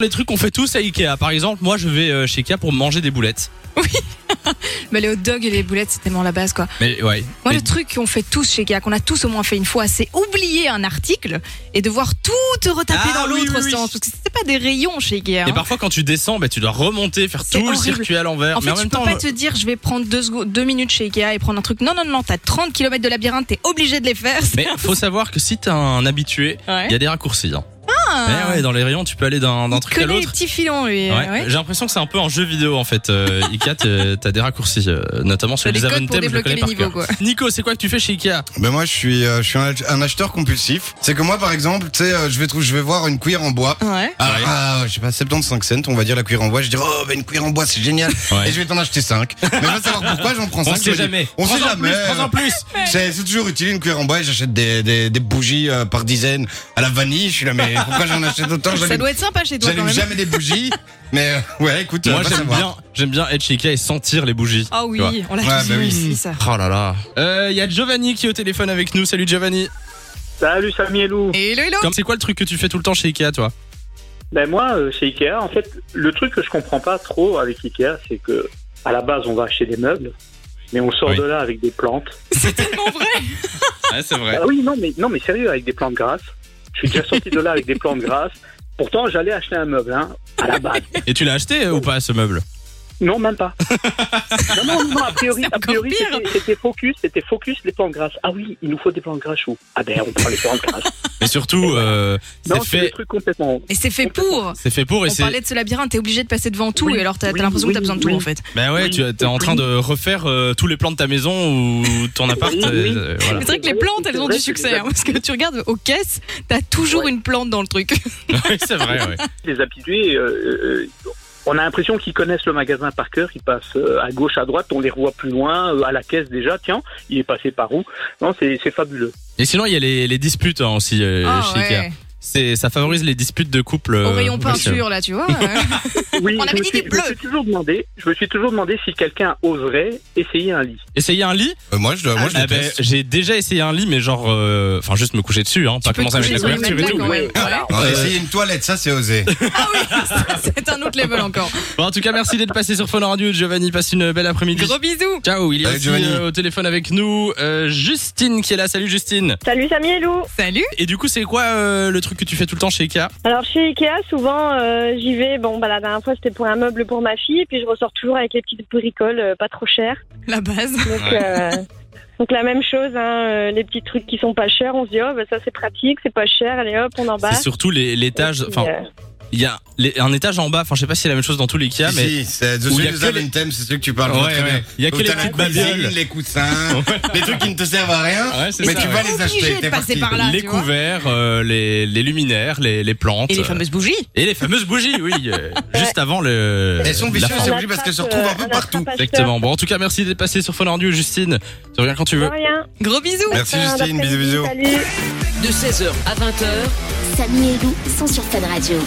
Les trucs qu'on fait tous à Ikea. Par exemple, moi, je vais euh, chez Ikea pour manger des boulettes. Bah, les hot dogs et les boulettes, c'est tellement la base, quoi. Mais ouais. Moi, Mais- le truc qu'on fait tous chez Ikea, qu'on a tous au moins fait une fois, c'est oublier un article et devoir tout te retaper Ah, dans oui, l'autre oui, Eh oui. sens. Parce que c'est pas des rayons chez Ikea. Et hein. parfois, quand tu descends, bah, tu dois remonter, faire C'est tout le horrible. circuit à l'envers. En Mais fait, en tu même peux temps, euh, pas te dire, je vais prendre deux, secondes- deux minutes chez Ikea et prendre un truc. Non, non, non, t'as 30 km de labyrinthe, t'es obligé de les faire. mais faut savoir que si t'es un habitué, Ouais. il y a des raccourcis. hein. Ah. Eh ouais, dans les rayons, tu peux aller d'un d'un Il truc à connaît les l'autre. petits filons, lui. euh, Ouais. ouais. J'ai l'impression que c'est un peu un jeu vidéo en fait. Euh, Ikea, t'es- t'as des raccourcis, euh, notamment sur T'as les des codes Avon pour Table, je le débloquer connais les par niveaux, cœur. quoi. Nico, c'est quoi que tu fais chez Ikea Ben moi je suis euh, je suis un, un acheteur compulsif. C'est que moi par exemple, tu sais euh, je vais trou- je vais voir une cuillère en bois. Ouais. Ah, Ouais. ah, je sais pas 75 cents, on va dire la cuillère en bois, je dis oh ben une cuillère en bois c'est génial Ouais. et je vais t'en acheter 5. Mais va savoir pourquoi j'en prends 5. On sait jamais. On sait Prends-en jamais. plus, Prends-en plus. C'est c'est toujours utile une cuillère en bois, et j'achète des, des, des bougies euh, par dizaines à la vanille, je suis là mais pourquoi j'en achète autant Ça J'allume doit être sympa chez toi quand j'allume même. jamais des bougies. Mais euh, ouais, écoute, on Moi, va j'aime savoir. bien, j'aime bien être chez Ikea et sentir les bougies. Ah Tu vois. oui, on l'a Ouais, tous bah vu oui. ici, Mm. ça. Oh là là. Il y a Giovanni qui est au téléphone avec nous. Salut Giovanni. Salut Samy et Lou. Hello, hello. Comme- C'est quoi le truc que tu fais tout le temps chez Ikea, toi Ben moi, euh, chez Ikea, en fait, le truc que je comprends pas trop avec Ikea, c'est que à la base, on va acheter des meubles, mais on sort Oui. de là avec des plantes. C'est tellement vrai. Ouais, c'est vrai. Ah oui, non, mais non, mais sérieux, avec des plantes grasses. Je suis déjà sorti de là avec des plantes grasses. Pourtant, j'allais acheter un meuble, hein, à la base. Et tu l'as acheté euh, ou pas ce meuble Non, même pas. Non, non, non, a priori, C'est a priori, encore pire. c'était- c'était focus, c'était focus les plantes grasses. Ah oui, il nous faut des plantes grasses ou Ah ben, on prend les plantes grasses. Et surtout, euh, Non, c'est c'est des fait, trucs complètement. Et c'est fait pour. c'est fait pour et On c'est. parlait de ce labyrinthe, t'es obligé de passer devant tout Oui, et alors t'as t'as oui, l'impression que t'as oui, besoin de tout oui. en fait. Bah ouais, Oui, tu es en train de refaire euh, tous les plans de ta maison ou ton appart. Oui, oui. euh, voilà. C'est vrai que les plantes, elles ont du succès. hein, parce que tu regardes aux caisses, t'as toujours Ouais. une plante dans le truc. Oui, c'est vrai. Ouais. les habitués, euh, euh, on a l'impression qu'ils connaissent le magasin par cœur. Ils passent euh, à gauche, à droite, on les revoit plus loin, euh, à la caisse déjà. Tiens, il est passé par où Non, c'est c'est fabuleux. Et sinon, il y a les, les disputes hein, aussi euh, Ah chez Ikea. ouais. C'est, ça favorise les disputes de couple. Au euh, rayon parce que- peinture là, tu vois. ouais. Oui, On je avait me dit suis- des bleus. Je me suis toujours demandé, je me suis toujours demandé si quelqu'un oserait essayer un lit. Essayer un lit Euh, moi je dois- moi je Ah le ben, teste. J'ai déjà essayé un lit, mais genre, euh, enfin, juste me coucher dessus, hein, pas Tu peux te commencer à mettre coucher la sur une couverture et matelas tout. quand même. Voilà. Ouais. Non, Euh, Essayer une toilette, ça c'est osé. Ah oui, ça, c'est un autre level encore. Bon, en tout cas, merci d'être passé sur Phone Radio, Giovanni. Passe une belle après-midi. Gros bisous. Ciao, il y a Salut, aussi, Giovanni. euh, au téléphone avec nous euh, Justine qui est là. Salut Justine. Salut Samy et Lou. Salut. Et du coup, c'est quoi euh, le truc que tu fais tout le temps chez Ikea Alors chez Ikea, souvent euh, j'y vais. Bon, bah la dernière fois c'était pour un meuble pour ma fille, puis je ressors toujours avec les petites bricoles, euh, pas trop chères. La base. Donc, euh, donc la même chose, hein, euh, les petits trucs qui sont pas chers, on se dit oh bah ça c'est pratique, c'est pas cher, allez hop on euh, en Bah. bat. C'est surtout les- l'étage. Enfin, Euh, il y a les- un étage en bas. Enfin, je sais pas si c'est la même chose dans tous les Ikea, Si, mais si, c'est Où il y a celui que des les- Aventem, c'est celui que tu parles. je vois Ouais, très ouais. bien. Il y a que Où les t'as la petites babioles. cuisine, les coussins, les trucs qui ne te servent à rien. Ouais, c'est mais ça, tu ouais. vas les Obligé acheter. de t'es passer par parti. là. les tu vois. couverts, euh, les, les luminaires, les, les plantes Et les euh, fameuses bougies. et les fameuses bougies, oui, euh, juste avant le. Elles sont la vicieuses, fin. c'est obligé parce euh, qu'elles se retrouvent un peu partout. Exactement. Bon, en tout cas, merci d'être passé sur Phone Radio, Justine. Tu reviens quand tu veux. Rien. Gros bisous. Merci Enfin, Justine, bisous d'après-midi, bisous. Salut. De 16h à 20h, Samy et Lou sont sur Fan Radio.